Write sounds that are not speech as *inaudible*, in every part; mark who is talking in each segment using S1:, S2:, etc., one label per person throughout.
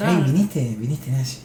S1: Ah.
S2: Ey, viniste, viniste, Nancy.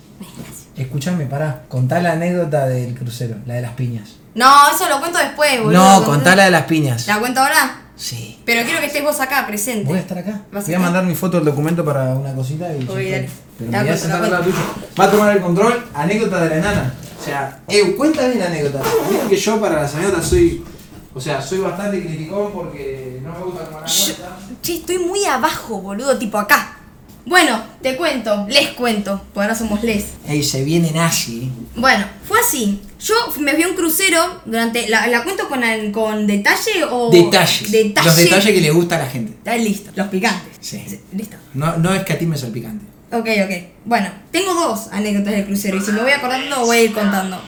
S2: Escuchame, pará. Contá la anécdota del crucero, la de las piñas.
S1: No, eso lo cuento después, Eh, boludo.
S2: No,
S1: Cuando-
S2: contá la de las piñas.
S1: ¿La cuento ahora?
S2: Sí.
S1: Pero quiero que estés vos acá, presente.
S2: Voy a estar acá.
S1: Vas a
S2: Voy a
S1: estar.
S2: mandar mi foto del documento para una cosita y. ya
S1: Voy a
S2: fue.
S1: ir.
S2: Pero me voy
S1: La
S2: a
S1: cuento,
S2: sentar
S1: la
S2: al lado tuyo. Va a tomar el control. Anécdota de la enana. O sea, Eu, cuéntame la anécdota. Vieron que yo para las anécdotas soy. O sea, soy bastante criticón porque no me gusta tomar la
S1: Yo-
S2: cuenta.
S1: che, estoy muy abajo, boludo, tipo acá. Bueno, te cuento, les cuento, porque ahora somos les.
S2: Ey, se viene eh. Nashi.
S1: Bueno, fue así. Yo me fui a un crucero durante. ¿La, la cuento con, el- con detalle o.?
S2: Detalles.
S1: Detalle.
S2: Los detalles que le gusta a la gente.
S1: Está listo, los picantes.
S2: Sí.
S1: Listo.
S2: No, no es que a ti me salpicante.
S1: Ok, ok. Bueno, tengo dos anécdotas del crucero y si me voy acordando voy a ir contando.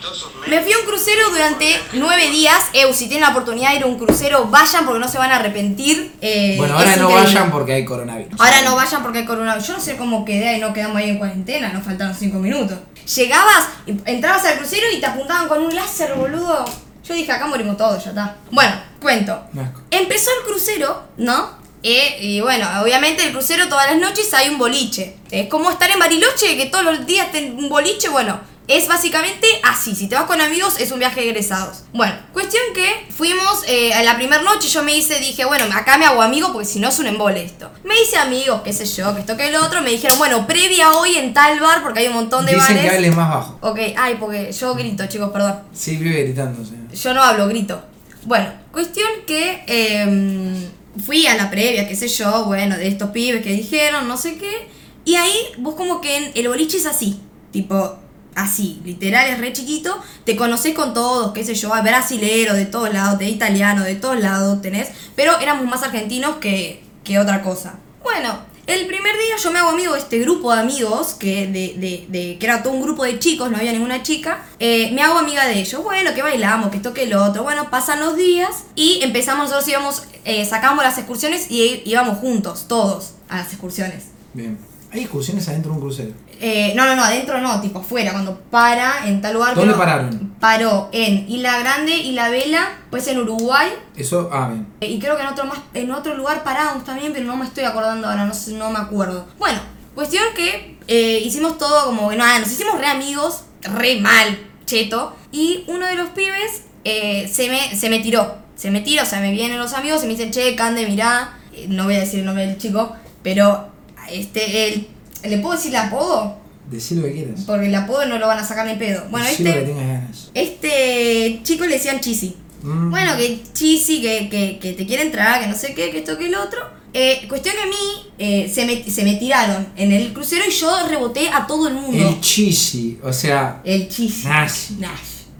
S1: Me fui a un crucero durante nueve días. Eu, si tienen la oportunidad de ir a un crucero, vayan porque no se van a arrepentir. Eh,
S2: Bueno, ahora
S1: es
S2: no
S1: increíble.
S2: vayan porque hay coronavirus.
S1: Ahora no vayan porque hay coronavirus. Yo no sé cómo quedé y no quedamos ahí en cuarentena, nos faltaron cinco minutos. Llegabas, y entrabas al crucero y te apuntaban con un láser, boludo. Yo dije, acá morimos todos, ya está. Bueno, cuento.
S2: Un asco.
S1: Empezó el crucero, ¿no? Eh, y bueno, obviamente el crucero todas las noches hay un boliche. Es como estar en Bariloche, que todos los días ten un boliche, bueno. Es básicamente así, si te vas con amigos es un viaje de egresados. Bueno, cuestión que fuimos eh, a la primera noche, yo me hice, dije, bueno, acá me hago amigo porque si no es un embole esto. Me hice amigos, qué sé yo, que esto que lo otro, me dijeron, bueno, previa hoy en tal bar porque hay un montón de
S2: Dicen que
S1: bares.
S2: hables más bajo.
S1: Ok, ay, porque yo grito, chicos, perdón.
S2: Sí, vive gritando. sí.
S1: Yo no hablo, grito. Bueno, cuestión que eh, fui a la previa, qué sé yo, bueno, de estos pibes que dijeron, no sé qué. Y ahí vos como que en- el boliche es así, tipo, así, literal, es re chiquito. Te conoces con todos, qué sé yo, hay brasilero de todos lados, de italiano, de todos lados tenés. Pero éramos más argentinos que, que otra cosa. Bueno, el primer día yo me hago amigo de este grupo de amigos, que, de, de- de- que era todo un grupo de chicos, no había ninguna chica. Eh, me hago amiga de ellos. Bueno, que bailamos, que esto, que lo otro. Bueno, pasan los días y empezamos, nosotros íbamos, eh, sacábamos las excursiones y íbamos juntos, todos, a las excursiones.
S2: Bien. Hay excursiones adentro de un crucero.
S1: Eh, no, no, no, adentro no, tipo afuera, cuando para en tal lugar.
S2: ¿Dónde
S1: pero-
S2: pararon?
S1: Paró en Isla Grande, Isla Vela, pues en Uruguay,
S2: Eso, ah, bien.
S1: eh, Y creo que en otro, más, en otro lugar paramos también, pero no me estoy acordando ahora, no, sé- no me acuerdo. Bueno, cuestión que eh, hicimos todo como que nada, nos hicimos re amigos, re mal, cheto. Y uno de los pibes eh, se, me, se me tiró, se me tiró, o sea, me vienen los amigos y me dicen, che, Cande, mirá, eh, no voy a decir el nombre del chico, pero este, el, ¿le puedo decir el apodo?
S2: Decí lo que quieras.
S1: Porque el apodo no lo van a sacar ni pedo. Bueno,
S2: Decí lo que
S1: este,
S2: tengas ganas.
S1: este chico le decían Chisi.
S2: Mm.
S1: Bueno, que chisi, que, que, que te quiere entrar, que no sé qué, que esto, que lo otro. Eh, cuestión que a mí eh, se, me, se me tiraron en el crucero y yo reboté a todo el mundo.
S2: El chisi, o sea,
S1: El chisi.
S2: nazi.
S1: Nah,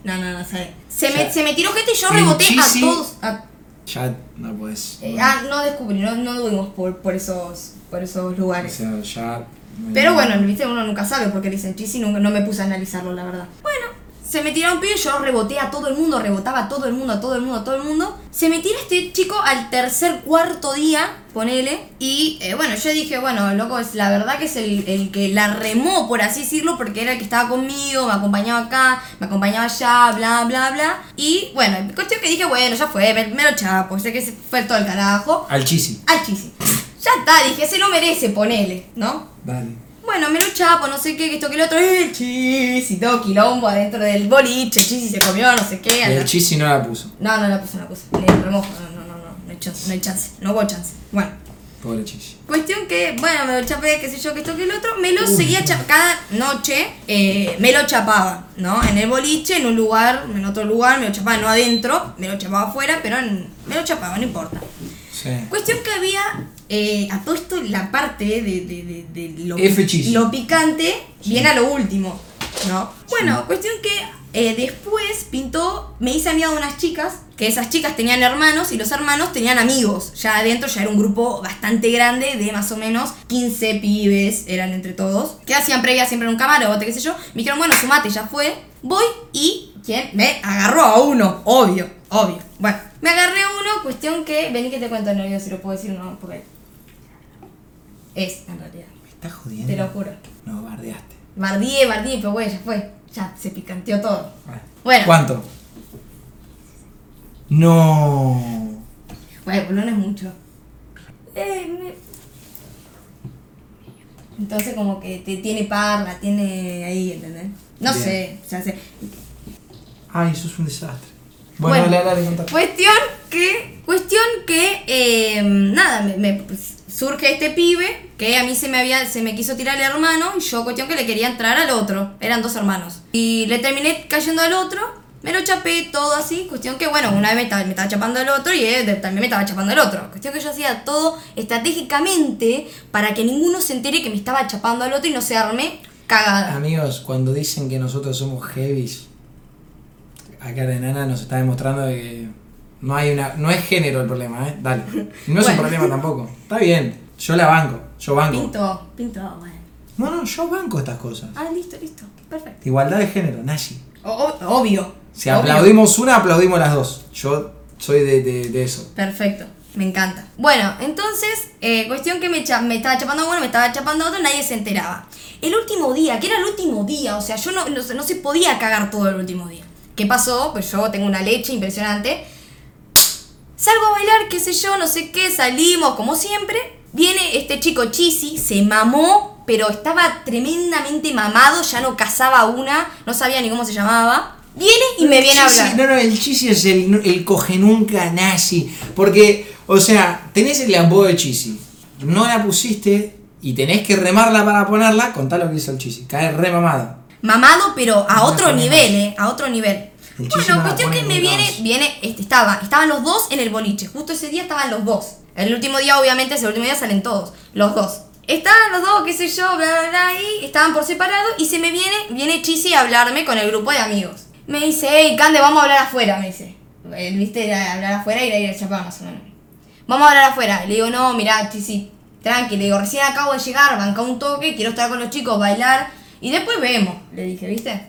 S1: No, no, no, sabe. Se,
S2: O
S1: me,
S2: sea,
S1: se me tiró gente y yo
S2: el
S1: reboté
S2: chisi-
S1: a todos. a-
S2: Ya no puedes.
S1: eh, ah, no descubrí, no, no anduvimos por, por, esos, por esos
S2: o
S1: lugares.
S2: sea, ya.
S1: Pero bueno, viste, uno nunca sabe porque le dicen chisi, nunca, no me puse a analizarlo, la verdad. Bueno, se me tiraron pibe, yo reboté a todo el mundo, rebotaba a todo el mundo, a todo el mundo, a todo el mundo. Se me tira este chico al tercer, cuarto día, ponele. Y eh, bueno, yo dije, bueno, loco, es la verdad que es el, el que la remó, por así decirlo, porque era el que estaba conmigo, me acompañaba acá, me acompañaba allá, bla, bla, bla. Y bueno, cuestión que dije, bueno, ya fue, me, me lo chapo, sé que se fue todo el carajo.
S2: Al chisi.
S1: Al chisi. Ya está, dije, se lo merece, ponele, ¿no?
S2: Dale.
S1: Bueno, me lo chapo, no sé qué, que esto que el otro, eh, chis, y todo quilombo adentro del boliche, chis, y se comió, no sé qué.
S2: Y
S1: anda-
S2: el chisi no la puso.
S1: No, no, la puse, no la puse, le remojo, no, no, no, no, no hay chance, no hay chance, no hubo chance. Bueno,
S2: Pobre chisi.
S1: cuestión que, bueno, me lo chapé, qué sé yo, que esto que el otro, me lo seguía chapando, cada noche eh, me lo chapaba, ¿no? En el boliche, en un lugar, en otro lugar, me lo chapaba, no adentro, me lo chapaba afuera, pero en- me lo chapaba, no importa.
S2: Sí.
S1: Cuestión que había eh, a todo esto la parte de, de- de- de lo,
S2: F chis.
S1: lo picante viene a lo último, ¿no? Bueno, cuestión que eh, después pintó, me hice amiga de unas chicas, que esas chicas tenían hermanos y los hermanos tenían amigos. Ya adentro ya era un grupo bastante grande de más o menos 15 pibes, eran entre todos, que hacían previa siempre en un camarote, qué sé yo. Me dijeron, bueno, sumate, ya fue. Voy y ¿quién? Me agarró a uno, obvio, obvio. Bueno, me agarré a uno, cuestión que, vení que te cuento, no, yo si lo puedo decir o no, porque es, en realidad,
S2: Me estás jodiendo.
S1: te lo juro.
S2: No, bardeaste.
S1: Bardié, bardié, pero bueno, ya fue. Ya, se picanteó todo.
S2: Vale.
S1: Bueno.
S2: ¿Cuánto? No.
S1: Bueno, boludo, no es mucho. Eh, me- Entonces como que te tiene parla, tiene ahí, ¿entendés? No
S2: Bien.
S1: sé, o sea, sé.
S2: Ay, eso es un desastre. Bueno,
S1: Bueno.
S2: dale, dale, contá.
S1: Cuestión que, cuestión que, eh, nada, me, me- pues, surge este pibe que a mí se me había, se me quiso tirar el hermano y yo cuestión que le quería entrar al otro, eran dos hermanos. Y le terminé cayendo al otro, me lo chapé todo así, cuestión que bueno, una vez me estaba, me estaba chapando al otro y él de- también me estaba chapando al otro. Cuestión que yo hacía todo estratégicamente para que ninguno se entere que me estaba chapando al otro y no se arme cagada.
S2: Amigos, cuando dicen que nosotros somos heavies, acá la enana nos está demostrando de que no hay una. no es género el problema, eh. Dale. No es un
S1: Bueno.
S2: problema tampoco. Está bien. Yo la banco. Yo
S1: Ah,
S2: banco.
S1: Pinto, pinto, bueno.
S2: No, no, yo banco estas cosas.
S1: Ah, listo, listo, perfecto.
S2: Igualdad de género, Nashi.
S1: O- o- obvio.
S2: Si
S1: obvio.
S2: aplaudimos una, aplaudimos las dos. Yo soy de, de- de eso.
S1: Perfecto, me encanta. Bueno, entonces, eh, cuestión que me, cha- me estaba chapando uno, me estaba chapando otro, nadie se enteraba. El último día, que era el último día, o sea, yo no, no, se- no se podía cagar todo el último día. ¿Qué pasó? Pues yo tengo una leche impresionante. Salgo a bailar, qué sé yo, no sé qué, salimos como siempre. Viene este chico Chisi, se mamó, pero estaba tremendamente mamado, ya no cazaba una, no sabía ni cómo se llamaba. Viene y me viene a
S2: Chisi-
S1: hablar.
S2: No, no, el chisi es el, el coge nunca nazi. Porque, o sea, tenés el apodo de chisi. No la pusiste y tenés que remarla para ponerla. Contá lo que hizo el chisi. Cae re mamado.
S1: Mamado, pero a
S2: No
S1: otro
S2: tenemos.
S1: nivel, ¿eh? A otro nivel.
S2: El chiste no
S1: Bueno,
S2: la
S1: cuestión que
S2: ponen
S1: me
S2: nunca
S1: viene,
S2: más.
S1: viene, este, estaba, estaban los dos en el boliche. Justo ese día estaban los dos. El último día, obviamente, es el último día salen todos. Los dos. Estaban los dos, qué sé yo, bla, bla, bla, ahí. Estaban por separado y se me viene, viene Chisi a hablarme con el grupo de amigos. Me dice, hey, Cande, vamos a hablar afuera, me dice. Eh, Viste, era hablar afuera y ir a ir a chapar más o menos. Vamos a hablar afuera. Le digo, no, mirá, Chisi, tranqui. Le digo, recién acabo de llegar, banca un toque, quiero estar con los chicos, bailar. Y después vemos, le dije, ¿viste?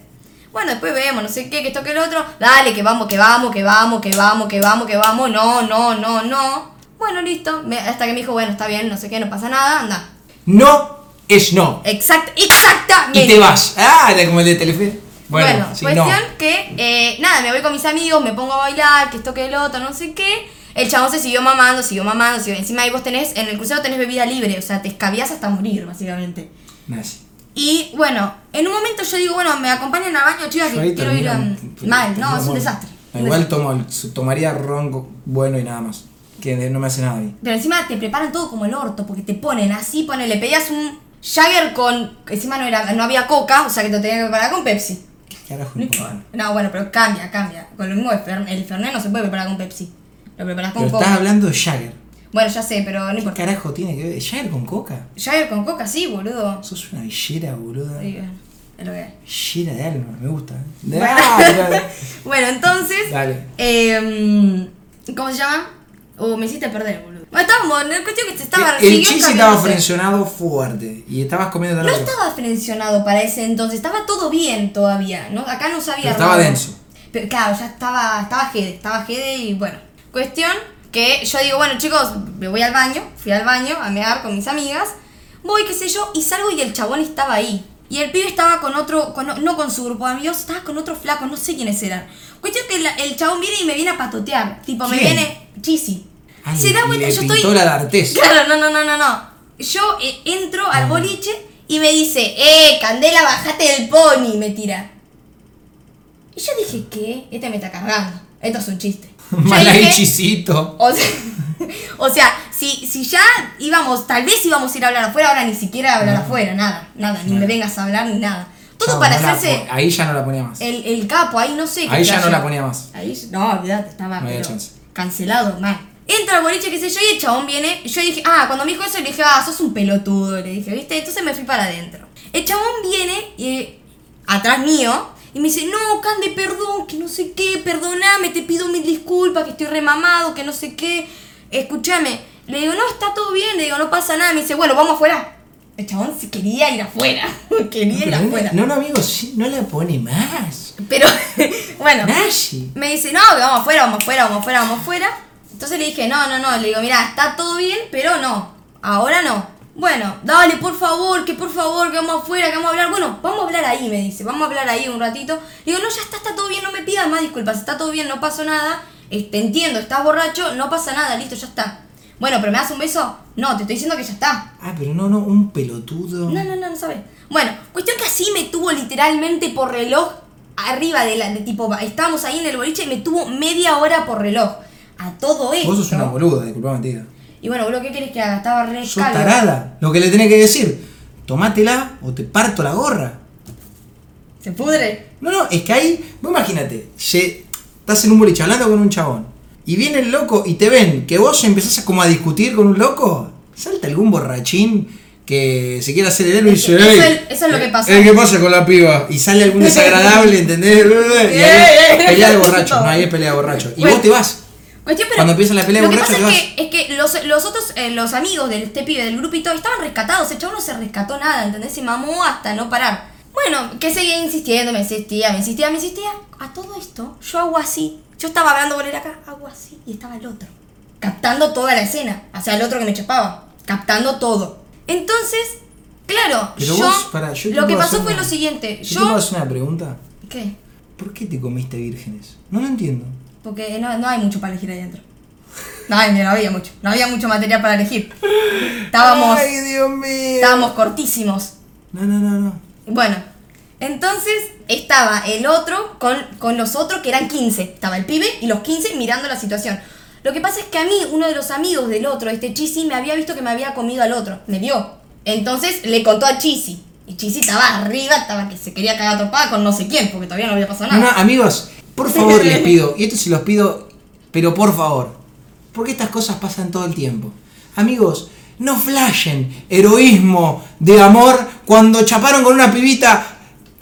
S1: Bueno, después vemos, no sé qué, que esto, que el otro. Dale, que vamos, que vamos, que vamos, que vamos, que vamos, que vamos. No, no, no, no. Bueno, listo. Me- hasta que me dijo, bueno, está bien, no sé qué, no pasa nada, anda.
S2: No es no.
S1: Exact, exactamente.
S2: Y te vas. Ah, era como el de Telefe. Bueno,
S1: Bueno,
S2: sí, no.
S1: cuestión que, eh, nada, me voy con mis amigos, me pongo a bailar, que esto, que el otro, no sé qué. El chabón se siguió mamando, siguió mamando, siguió. Encima ahí vos tenés, en el crucero tenés bebida libre, o sea, te escabías hasta morir, básicamente.
S2: Nazi.
S1: Y bueno, en un momento yo digo, bueno, me acompañan al baño, chicas,
S2: Yo
S1: que
S2: ahí
S1: quiero ir a...
S2: termino-
S1: Mal, no, es
S2: termino-
S1: un desastre. Un
S2: Igual tomo, el- tomaría ronco bueno y nada más. Que de- no me hace nada a mí.
S1: Pero encima te preparan todo como el orto, porque te ponen así, ponen, le pedías un Jagger con. Encima no, era, no había coca, o sea que te lo tenían que preparar con Pepsi.
S2: ¿Qué carajo no puedo?
S1: No, bueno, pero cambia, cambia. Con lo mismo de Fer- el Fernet no se puede preparar con Pepsi. Lo preparas
S2: Pero
S1: con
S2: estás
S1: coca.
S2: hablando de Jagger.
S1: Bueno, ya sé, pero no
S2: ¿Qué
S1: importa.
S2: carajo tiene que ver? ¿Jagger con coca?
S1: Jagger con coca, sí, boludo.
S2: Sos una villera, boluda.
S1: Sí, bueno, es lo que hay.
S2: Villera de alma, me gusta.
S1: *laughs*
S2: ¿eh? Ah, dale.
S1: Bueno, entonces.
S2: Dale.
S1: em, ¿Cómo se llama? Uh, me hiciste perder, boludo. Bueno, estábamos, no es cuestión que se estaba
S2: el
S1: siguió
S2: chisi
S1: cambiando,
S2: estaba
S1: no sé.
S2: frencionado fuerte y estabas comiendo
S1: No
S2: otra cosa.
S1: estaba frencionado para ese entonces, estaba todo bien todavía, ¿no? Acá no sabía.
S2: Pero estaba
S1: raro.
S2: denso.
S1: Pero claro, ya estaba, estaba Gede, estaba Gede y bueno. Cuestión que yo digo, bueno chicos, me voy al baño, fui al baño a mear con mis amigas, voy, qué sé yo, y salgo y el chabón estaba ahí. Y el pibe estaba con otro, con o- no con su grupo de amigos, estaba con otro flaco, no sé quiénes eran. Cuestión que la- el chabón viene y me viene a patotear, tipo, me
S2: ¿Quién?
S1: viene Chisi.
S2: Ay,
S1: Se da
S2: y
S1: vuelta,
S2: le
S1: yo
S2: pintó
S1: estoy...
S2: la de Artés. *laughs*
S1: Claro, no, no, no, no, no. Yo eh, entro
S2: Ah.
S1: al boliche y me dice, eh, Candela, bajate del pony, me tira. Y yo dije, ¿qué? Este me está cargando. Esto es
S2: *laughs*
S1: un chiste. Yo
S2: Mal ahí,
S1: dije,
S2: chisito.
S1: o sea, *laughs* o sea, si, si ya íbamos, tal vez íbamos a ir a hablar afuera, ahora ni siquiera a hablar afuera, nada, nada, ni me vengas a hablar ni nada. Todo
S2: Chao,
S1: para
S2: no la
S1: hacerse
S2: pon- Ahí ya no la ponía más.
S1: el, el capo, ahí no sé. qué
S2: Ahí ya no
S1: flasheó.
S2: la ponía más.
S1: Ahí, no, olvidate, estaba
S2: No había
S1: pero
S2: chance.
S1: cancelado, mal. Entra al boliche, qué sé yo, y el chabón viene. Yo dije, ah, cuando me dijo eso, le dije, ah, sos un pelotudo, le dije, ¿viste? Entonces me fui para adentro. El chabón viene y, atrás mío y me dice, no, Cande, perdón, que no sé qué, perdoname, te pido mil disculpas, que estoy remamado, que no sé qué. Escúchame. Le digo, no, está todo bien, le digo, no pasa nada. Me dice, bueno, vamos afuera. El chabón se quería ir afuera, *laughs* quería ir
S2: Pero
S1: afuera.
S2: no, no, amigo, sí, no la pone más.
S1: Pero, *laughs* bueno.
S2: Nashi.
S1: Me dice, no, que vamos afuera, vamos afuera, vamos afuera, vamos afuera. Entonces le dije, no, no, no. Le digo, mira, está todo bien, pero no. Ahora no. Bueno, dale, por favor, que por favor, que vamos afuera, que vamos a hablar. Bueno, vamos a hablar ahí, me dice. Vamos a hablar ahí un ratito. Le digo, no, ya está, está todo bien, no me pidas más disculpas. Está todo bien, no pasó nada. Este, entiendo, estás borracho, no pasa nada, listo, ya está. Bueno, pero me das un beso. No, te estoy diciendo que ya está.
S2: Ah, pero no, no, un pelotudo.
S1: No, no, no, no sabes. Bueno, cuestión que así me tuvo literalmente por reloj arriba de la. de tipo, estábamos ahí en el boliche y me tuvo media hora por reloj. A todo esto.
S2: Vos sos una boluda, disculpame, tía.
S1: Y bueno, boludo, ¿qué querés que haga? Estaba re
S2: Sos
S1: calvo.
S2: tarada. Lo que le tenés que decir, tomátela o te parto la gorra.
S1: Se pudre.
S2: No, no, es que ahí, vos imagínate, ye- estás en un boliche hablando con un chabón y viene el loco y te ven que vos empezás a como a discutir con un loco, salta algún borrachín que se quiera hacer el héroe y
S1: Es que
S2: dice,
S1: eso
S2: "Ey,
S1: es- eso es lo que pasa".
S2: "Ey, ¿Qué pasa con la piba? Y sale algún desagradable,
S1: *laughs*
S2: ¿entendés? Y ahí,
S1: Ey, ey,
S2: pelea de
S1: ey,
S2: borracho,
S1: no.
S2: no, ahí es pelea de borracho. Y
S1: Eh, Bueno.
S2: vos te vas.
S1: Cuestión, pero
S2: Cuando empieza la pelea de
S1: lo que pasa
S2: borrachos,
S1: es
S2: te
S1: que, es que los, los otros, eh, los amigos de este pibe del grupito estaban rescatados, el chavo no se rescató nada, ¿entendés? Se mamó hasta no parar. Bueno, que seguía insistiendo, me insistía, me insistía, me insistía. A todo esto, yo hago así. Yo estaba hablando con él acá, hago así, y estaba el otro. Captando toda la escena. O sea, el otro que me chapaba. Captando todo. Entonces, claro,
S2: Pero
S1: yo.
S2: vos, pará, yo te
S1: lo que
S2: puedo
S1: pasó
S2: hacer
S1: fue
S2: una-
S1: lo siguiente.
S2: Yo te puedo
S1: Yo.
S2: hacer una pregunta.
S1: ¿Qué?
S2: ¿Por qué te comiste vírgenes? No lo entiendo.
S1: Porque no, no hay mucho para elegir ahí adentro. No, hay- no había mucho. No había mucho material para elegir. Estábamos,
S2: Ay, Dios mío.
S1: estábamos cortísimos.
S2: No, no, no, no.
S1: Bueno, entonces estaba el otro con, con los otros que eran 15. Estaba el pibe y los 15 mirando la situación. Lo que pasa es que a mí, uno de los amigos del otro, este Chisi, me había visto que me había comido al otro. Me vio. Entonces le contó a Chisi. Y Chisi estaba arriba, estaba que se quería cagar a tropada con no sé quién, porque todavía no había pasado
S2: No,
S1: nada.
S2: no, amigos, por favor les pido, y esto se los pido, pero por favor, porque estas cosas pasan todo el tiempo. Amigos, no flashen heroísmo de amor cuando chaparon con una pibita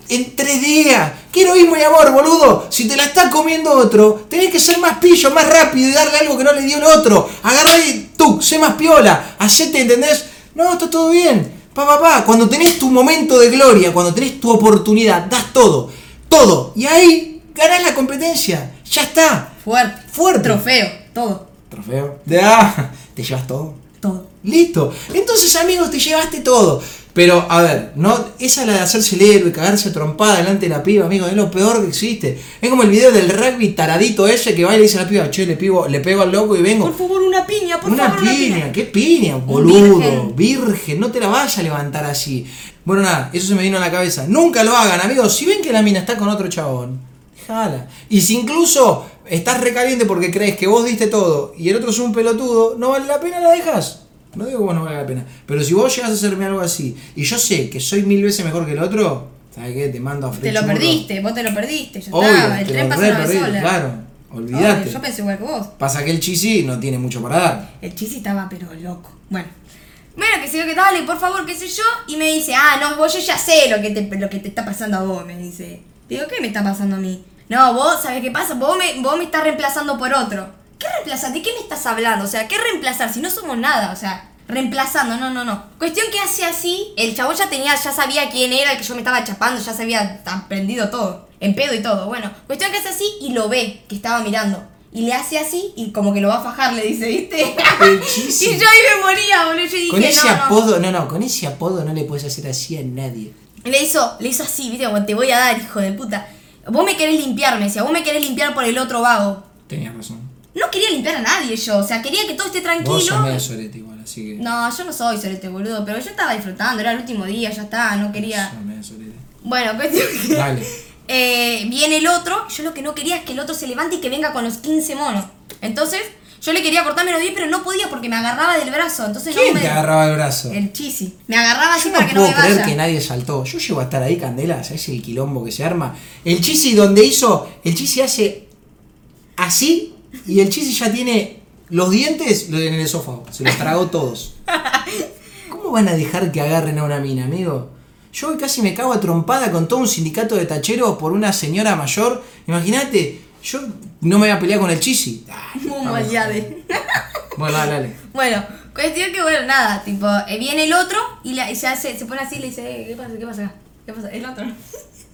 S2: en tres días. ¿Qué heroísmo y amor, boludo? Si te la está comiendo otro, tenés que ser más pillo, más rápido y darle algo que no le dio el otro. Agarrá y tú, sé más piola, hacete, ¿entendés? No, está todo bien. Pa, pa, pa. Cuando tenés tu momento de gloria, cuando tenés tu oportunidad, das todo, todo. Y ahí ganás la competencia. Ya está.
S1: Fuerte.
S2: Fuerte.
S1: Trofeo. Todo.
S2: Trofeo. Ya, te llevas todo.
S1: Todo.
S2: Listo. Entonces, amigos, te llevaste todo. Pero, a ver, no, esa es la de hacerse el héroe, cagarse a trompada delante de la piba, amigos, es lo peor que existe. Es como el video del rugby taradito ese que va y le dice a la piba, che, le pego, le pego al loco y vengo.
S1: Por favor, una piña, por
S2: una
S1: favor,
S2: piña,
S1: una piña.
S2: qué piña, boludo,
S1: virgen.
S2: virgen. no te la vayas a levantar así. Bueno, nada, eso se me vino a la cabeza. Nunca lo hagan, amigos. Si ven que la mina está con otro chabón, déjala. Y si incluso estás recaliente porque crees que vos diste todo y el otro es un pelotudo, no vale la pena, la dejas. No digo que vos no valga la pena, pero si vos llegas a hacerme algo así y yo sé que soy mil veces mejor que el otro, ¿sabes qué? Te mando a
S1: Te
S2: freír
S1: lo
S2: churros.
S1: perdiste, vos te lo perdiste, ya
S2: Obvio,
S1: está, el
S2: te
S1: tren
S2: lo
S1: pasa
S2: re
S1: una vez
S2: perdí,
S1: sola.
S2: claro.
S1: Obvio,
S2: Olvídate.
S1: yo pensé igual que vos.
S2: Pasa que el chisi no tiene mucho para dar.
S1: El chisi estaba pero loco. Bueno. Bueno, que se que dale, por favor, qué sé yo. Y me dice, ah, no, vos yo ya sé lo que te, lo que te está pasando a vos, me dice. Digo, ¿qué me está pasando a mí? No, vos, ¿sabés qué pasa? Vos me, vos me estás reemplazando por otro. ¿Qué reemplazar? ¿De qué me estás hablando? O sea, ¿qué reemplazar? Si no somos nada, o sea, reemplazando, no, no, no. Cuestión que hace así, el chabón ya tenía, ya sabía quién era el que yo me estaba chapando, ya sabía, aprendido todo, en pedo y todo. Bueno, cuestión que hace así y lo ve, que estaba mirando. Y le hace así y como que lo va a fajar, le dice, ¿viste?
S2: El chisi.
S1: *laughs* Y yo ahí me moría, boludo. Yo dije,
S2: Con ese
S1: no, no.
S2: apodo, no, no, con ese apodo no le puedes hacer así a nadie.
S1: Le hizo, le hizo así, viste, como te voy a dar, hijo de puta. Vos me querés limpiar, me decía, vos me querés limpiar por el otro vago.
S2: Tenías razón.
S1: No quería limpiar a nadie yo, o sea, quería que todo esté
S2: Vos sos
S1: tranquilo.
S2: medio sorete igual, así que.
S1: No, yo no soy solete, boludo, pero yo estaba disfrutando, era el último día, ya está, no quería.
S2: Sos medio sorete.
S1: Bueno, cuestión que-
S2: Dale.
S1: *laughs* Eh, viene el otro, yo lo que no quería es que el otro se levante y que venga con los 15 monos. Entonces, yo le quería cortar menos 10, pero no podía porque me agarraba del brazo, entonces
S2: ¿Quién
S1: no me...
S2: te agarraba el brazo?
S1: El chisi. Me agarraba así
S2: Yo
S1: para
S2: no
S1: que no
S2: puedo
S1: me
S2: creer
S1: vaya.
S2: que
S1: *laughs*
S2: nadie saltó. Yo llego a estar ahí, Candela, ¿sabes el quilombo que se arma? El chisi donde hizo, el chisi hace así y el chisi ya tiene los dientes en el esófago. Se los tragó
S1: *laughs*
S2: todos. ¿Cómo van a dejar que agarren a una mina, amigo? Yo hoy casi me cago a trompada con todo un sindicato de tacheros por una señora mayor. Imagínate, yo no me voy a pelear con el chisi. Ay,
S1: *laughs* Como
S2: vamos.
S1: llave.
S2: Bueno, dale, dale.
S1: Bueno, cuestión que bueno, nada, tipo, eh, viene el otro y, la- y se hace, se pone así y le dice, "Eh, ¿qué pasa? ¿Qué pasa acá? ¿Qué pasa? El otro.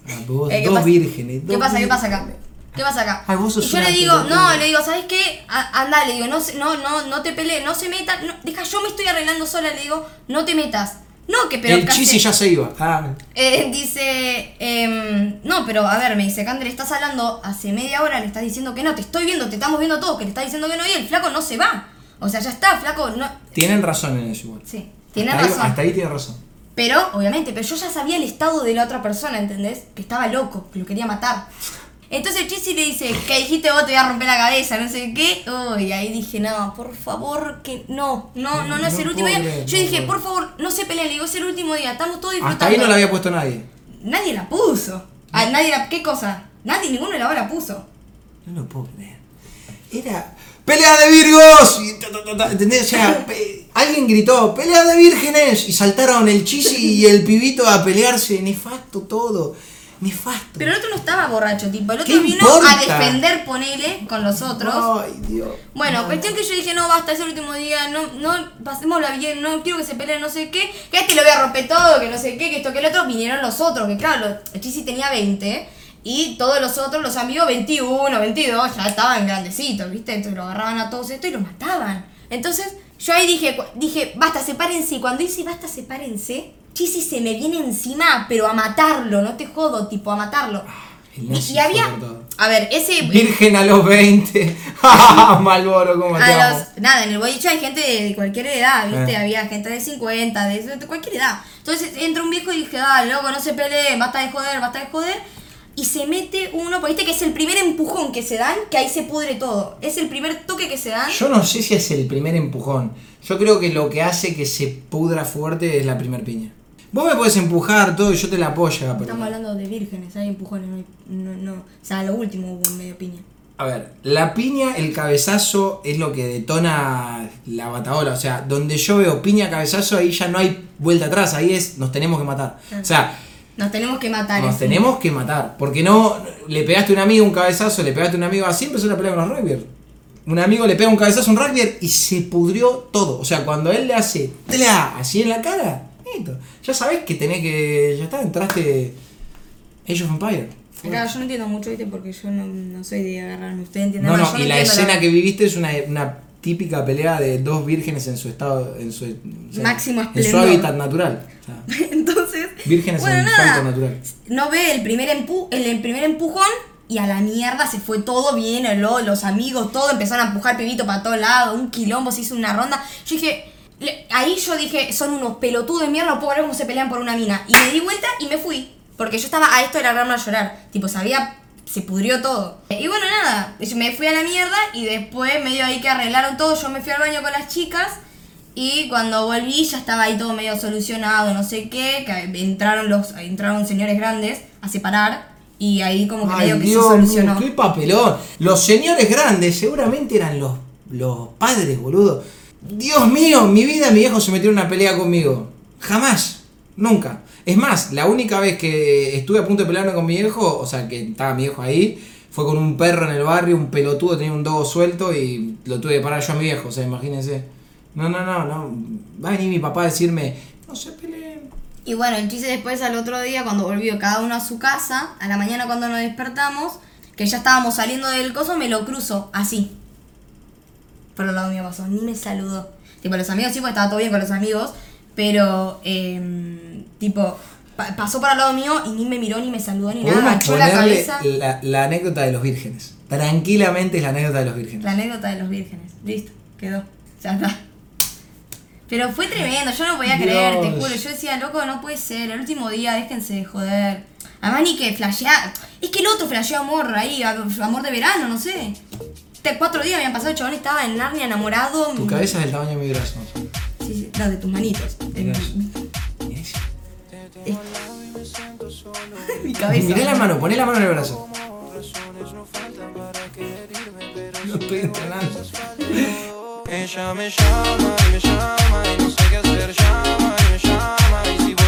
S2: Ah, vos,
S1: Eh, ¿qué
S2: dos
S1: pasa?
S2: vírgenes.
S1: ¿Qué
S2: dos
S1: pasa? ¿Qué
S2: vírgenes.
S1: pasa acá? ¿Qué pasa acá?
S2: Ay, vos sos
S1: y yo
S2: una
S1: le digo, no,
S2: pelotuda.
S1: le digo, ¿sabes qué? A- andá, le digo, no, se- no, no, no te pelees, no se metan, no, deja, yo me estoy arreglando sola, le digo, no te metas. No, que pero
S2: el
S1: ¿qué
S2: chisi
S1: haces?
S2: ya se iba. Ah.
S1: Eh, *laughs* dice, em, no, pero a ver, me dice, Candel, estás hablando hace media hora, le estás diciendo que no, te estoy viendo, te estamos viendo todos, que le estás diciendo que no, y el flaco no se va. O sea, ya está, flaco, no.
S2: Tienen razón en eso igual.
S1: Sí, tiene
S2: Hasta ahí-
S1: razón.
S2: hasta ahí tiene razón.
S1: Pero, obviamente, pero yo ya sabía el estado de la otra persona, ¿entendés? Que estaba loco, que lo quería matar. Entonces Chisi le dice, que dijiste vos te voy a romper la cabeza, no sé qué. Uy, ahí dije, no, por favor, que no, no, no, no es el
S2: No
S1: último día.
S2: puedo creer,
S1: Yo
S2: no
S1: dije,
S2: puedo.
S1: por favor, no se peleen, le digo, es el último día, estamos todos disfrutando.
S2: Hasta ahí no la había puesto nadie.
S1: Nadie la puso. A nadie la, ¿Qué cosa? Nadie, ninguno de la hora puso.
S2: No lo puedo creer. Era. ¡Pelea de Virgos! Y ta, ta, ta, ta, ¿Entendés? O
S1: *laughs*
S2: sea, pe- alguien gritó, ¡Pelea de vírgenes! Y saltaron el chisi y el pibito a pelearse. Nefasto todo. Nefasto.
S1: Pero el otro no estaba borracho, tipo, el
S2: ¿Qué
S1: otro vino a
S2: importa?
S1: defender, ponele, con los otros.
S2: Ay, Dios.
S1: Bueno, cuestión que yo dije, no, basta, es el último día, no, no, pasémosla bien, no quiero que se peleen, no sé qué, que a este lo voy a romper todo, que no sé qué, que esto, que el otro, vinieron los otros, que claro, los- el Chisi tenía 20, y todos los otros, los amigos, 21, 22, ya estaban grandecitos, ¿viste? Entonces lo agarraban a todos esto y lo mataban. Entonces, yo ahí dije, cu- dije, basta, sepárense, y cuando hice basta, sepárense, Chisi se me viene encima, pero a matarlo, no te jodo, tipo, a matarlo.
S2: Ah, El
S1: Y,
S2: nazi
S1: y había,
S2: fue por todo.
S1: a ver, ese...
S2: Virgen a los *laughs* 20. Malboro, ¿cómo te
S1: A
S2: amo.
S1: los, nada, en el boliche hay gente de cualquier edad, ¿viste?
S2: Eh.
S1: Había gente de 50, de, de cualquier edad. Entonces entra un viejo y dije, ah, loco, no se peleen, basta de joder, basta de joder. Y se mete uno, porque viste que es el primer empujón que se dan, que ahí se pudre todo. Es el primer toque que se dan.
S2: Yo no sé si es el primer empujón. Yo creo que lo que hace que se pudra fuerte es la primer piña. Vos me podés empujar todo y yo te la apoyo. pero-
S1: Estamos hablando de vírgenes, hay empujones, no, hay- no, no. O sea, lo último hubo medio piña.
S2: A ver, la piña, el cabezazo es lo que detona la bataola. O sea, donde yo veo piña, cabezazo, ahí ya no hay vuelta atrás. Ahí es, nos tenemos que matar. O sea,
S1: Nos tenemos que matar.
S2: nos
S1: así.
S2: tenemos que matar. Porque no, le pegaste a un amigo un cabezazo, le pegaste a un amigo así, empezó la pelea con los rugbyers. Un amigo le pega un cabezazo a un rugbyer y se pudrió todo. O sea, cuando él le hace ¡tla! así en la cara, listo. Ya sabés que tenés que. Ya está, entraste. Age of Empire.
S1: Claro, yo no entiendo mucho, viste, porque yo no, no soy de agarrarme. Ustedes entienden
S2: No,
S1: más,
S2: no,
S1: yo
S2: y la
S1: entiendo
S2: escena que viviste es una, una típica pelea de dos vírgenes en su estado, en su, o
S1: Máximo
S2: en su
S1: esplendor.
S2: hábitat natural. O sea,
S1: *laughs* Entonces.
S2: vírgenes
S1: bueno,
S2: en su
S1: nada.
S2: hábitat natural.
S1: No ve el primer, empu el, el primer empujón y a la mierda se fue todo bien, el- los amigos, todo empezaron a empujar pibito para todos lados, un quilombo, se hizo una ronda. Yo dije, le- ahí yo dije, son unos pelotudos de mierda, no puedo ver cómo se pelean por una mina. Y me di vuelta y me fui, porque yo estaba a esto de largarme a llorar, tipo, sabía, se pudrió todo. Y bueno, nada, yo me fui a la mierda y después medio ahí que arreglaron todo, yo me fui al baño con las chicas. Y cuando volví ya estaba ahí todo medio solucionado, no sé qué, que entraron los entraron señores grandes a separar y ahí como que medio
S2: Ay,
S1: que se
S2: Dios mío,
S1: solucionó.
S2: qué papelón. Los señores grandes seguramente eran los, los padres, boludo. Dios mío, en mi vida mi viejo se metió en una pelea conmigo. Jamás, nunca. Es más, la única vez que estuve a punto de pelearme con mi viejo, o sea, que estaba mi viejo ahí, fue con un perro en el barrio, un pelotudo, tenía un dogo suelto y lo tuve que parar yo a mi viejo, o sea, imagínense. No, no, no, no. Va a venir mi papá a decirme, no se peleen.
S1: Y bueno, el chiste después al otro día cuando volvió cada uno a su casa, a la mañana cuando nos despertamos, que ya estábamos saliendo del coso, me lo cruzo así. Por el lado mío pasó, ni me saludó. Tipo, los amigos sí, porque estaba todo bien con los amigos, pero em, tipo, pa- pasó para el lado mío y ni me miró, ni me saludó, ni nada.
S2: Podemos
S1: agachó la
S2: ponerle
S1: cabeza.
S2: la, la anécdota de los vírgenes. Tranquilamente es la anécdota de los
S1: La
S2: vírgenes.
S1: anécdota de los vírgenes. Listo, quedó. Ya está. Pero fue tremendo, yo no podía
S2: Dios.
S1: creer, te juro. Yo decía, loco, no puede ser, el último día, déjense de joder. Además, ni que flashea. Es que el otro flasheó amor ahí, a- amor de verano, no sé. Te- cuatro días habían pasado, el chabón estaba en Narnia enamorado.
S2: Tu cabeza es del tamaño de mi brazo.
S1: Sí, sí, no, de tus manitos. De
S2: Mirá.
S1: mi-
S2: Mirá eso.
S1: mi cabeza.
S2: Mirá la mano, poné la mano en el brazo. No estoy entrenando.
S3: Ella me llama, me llama y no sé qué hacer, llama y me llama y si voy